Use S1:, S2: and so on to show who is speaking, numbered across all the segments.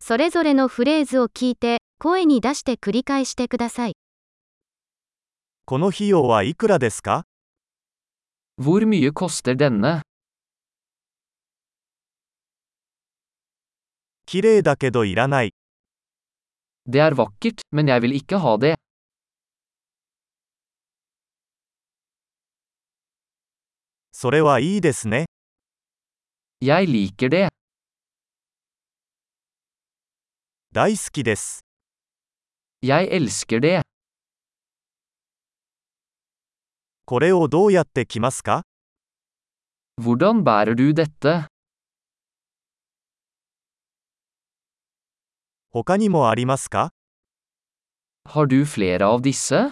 S1: それぞれのフレーズを聞いて、声に出して繰り返してください。
S2: この費用はいくらですか
S3: Hvor mye koster denne?
S2: 綺麗だけどいらない。
S3: Det er vakkert, men jeg vil ikke ha det.
S2: それはいいですね。
S3: Jeg liker det.
S2: 大好きです。
S3: Jeg elsker det.
S2: これをどうやって着ますか
S3: Hvordan bærer du dette?
S2: 他にもありますか
S3: Har du flere av disse?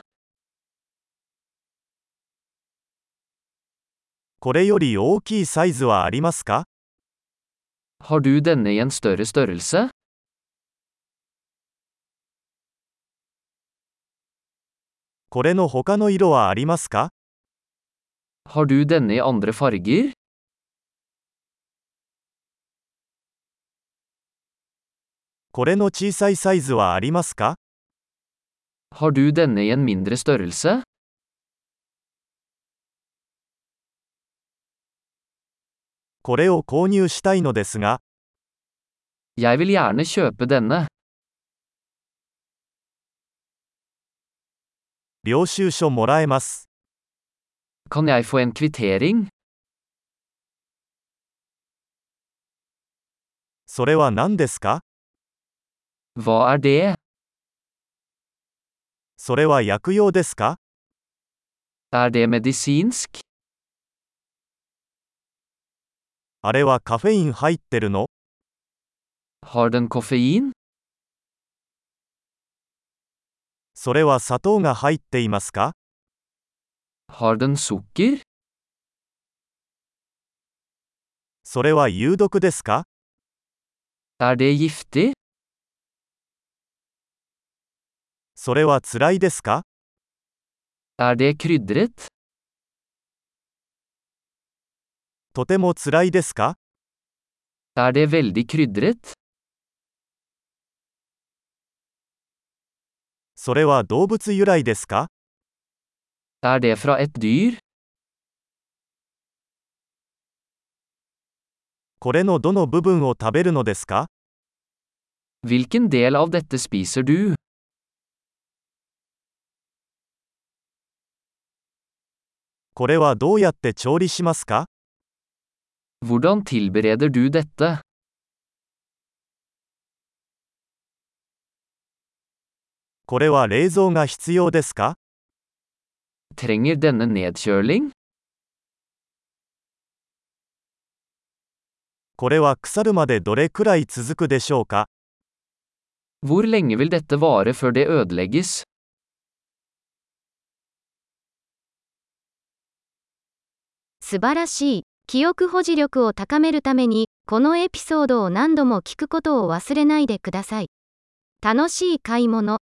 S2: これより大きいサイズはありますか
S3: Har du denne i en større størrelse?
S2: これの他の色はありますか
S3: Har du denne i andre farger?
S2: これの小さいサイズはありますか
S3: Har du denne i en mindre størrelse?
S2: これを購入したいのですが、
S3: Jeg vil gjerne kjøpe denne.
S2: 領収書もらえます。
S3: Kan jeg få en kvittering?
S2: それは何ですか
S3: Hva er det?
S2: それは薬用ですか
S3: Er det medisinsk?
S2: あれはカフェイン入ってるの
S3: Har den koffein?
S2: それは砂糖が入っていますか
S3: Har den sukker?
S2: それは有毒ですか
S3: Er det giftig?
S2: それは辛いですか
S3: Er det krydret?
S2: とても辛いですか
S3: Er det veldig krydret?
S2: それは動物由来ですか
S3: Er det fra et dyr?
S2: これのどの部分を食べるのですか
S3: Hvilken del av dette spiser du?
S2: これはどうやって調理しますか
S3: Hvordan tilbereder du dette?
S2: これは冷蔵が必要ですか
S3: Trenger denne nedkjøling?
S2: これは腐るまでどれくらい続くでしょうか
S3: Hvor lenge vil dette vare før det ødelegges?
S1: 素晴らしい。記憶保持力を高めるために、このエピソードを何度も聞くことを忘れないでください。楽しい買い物。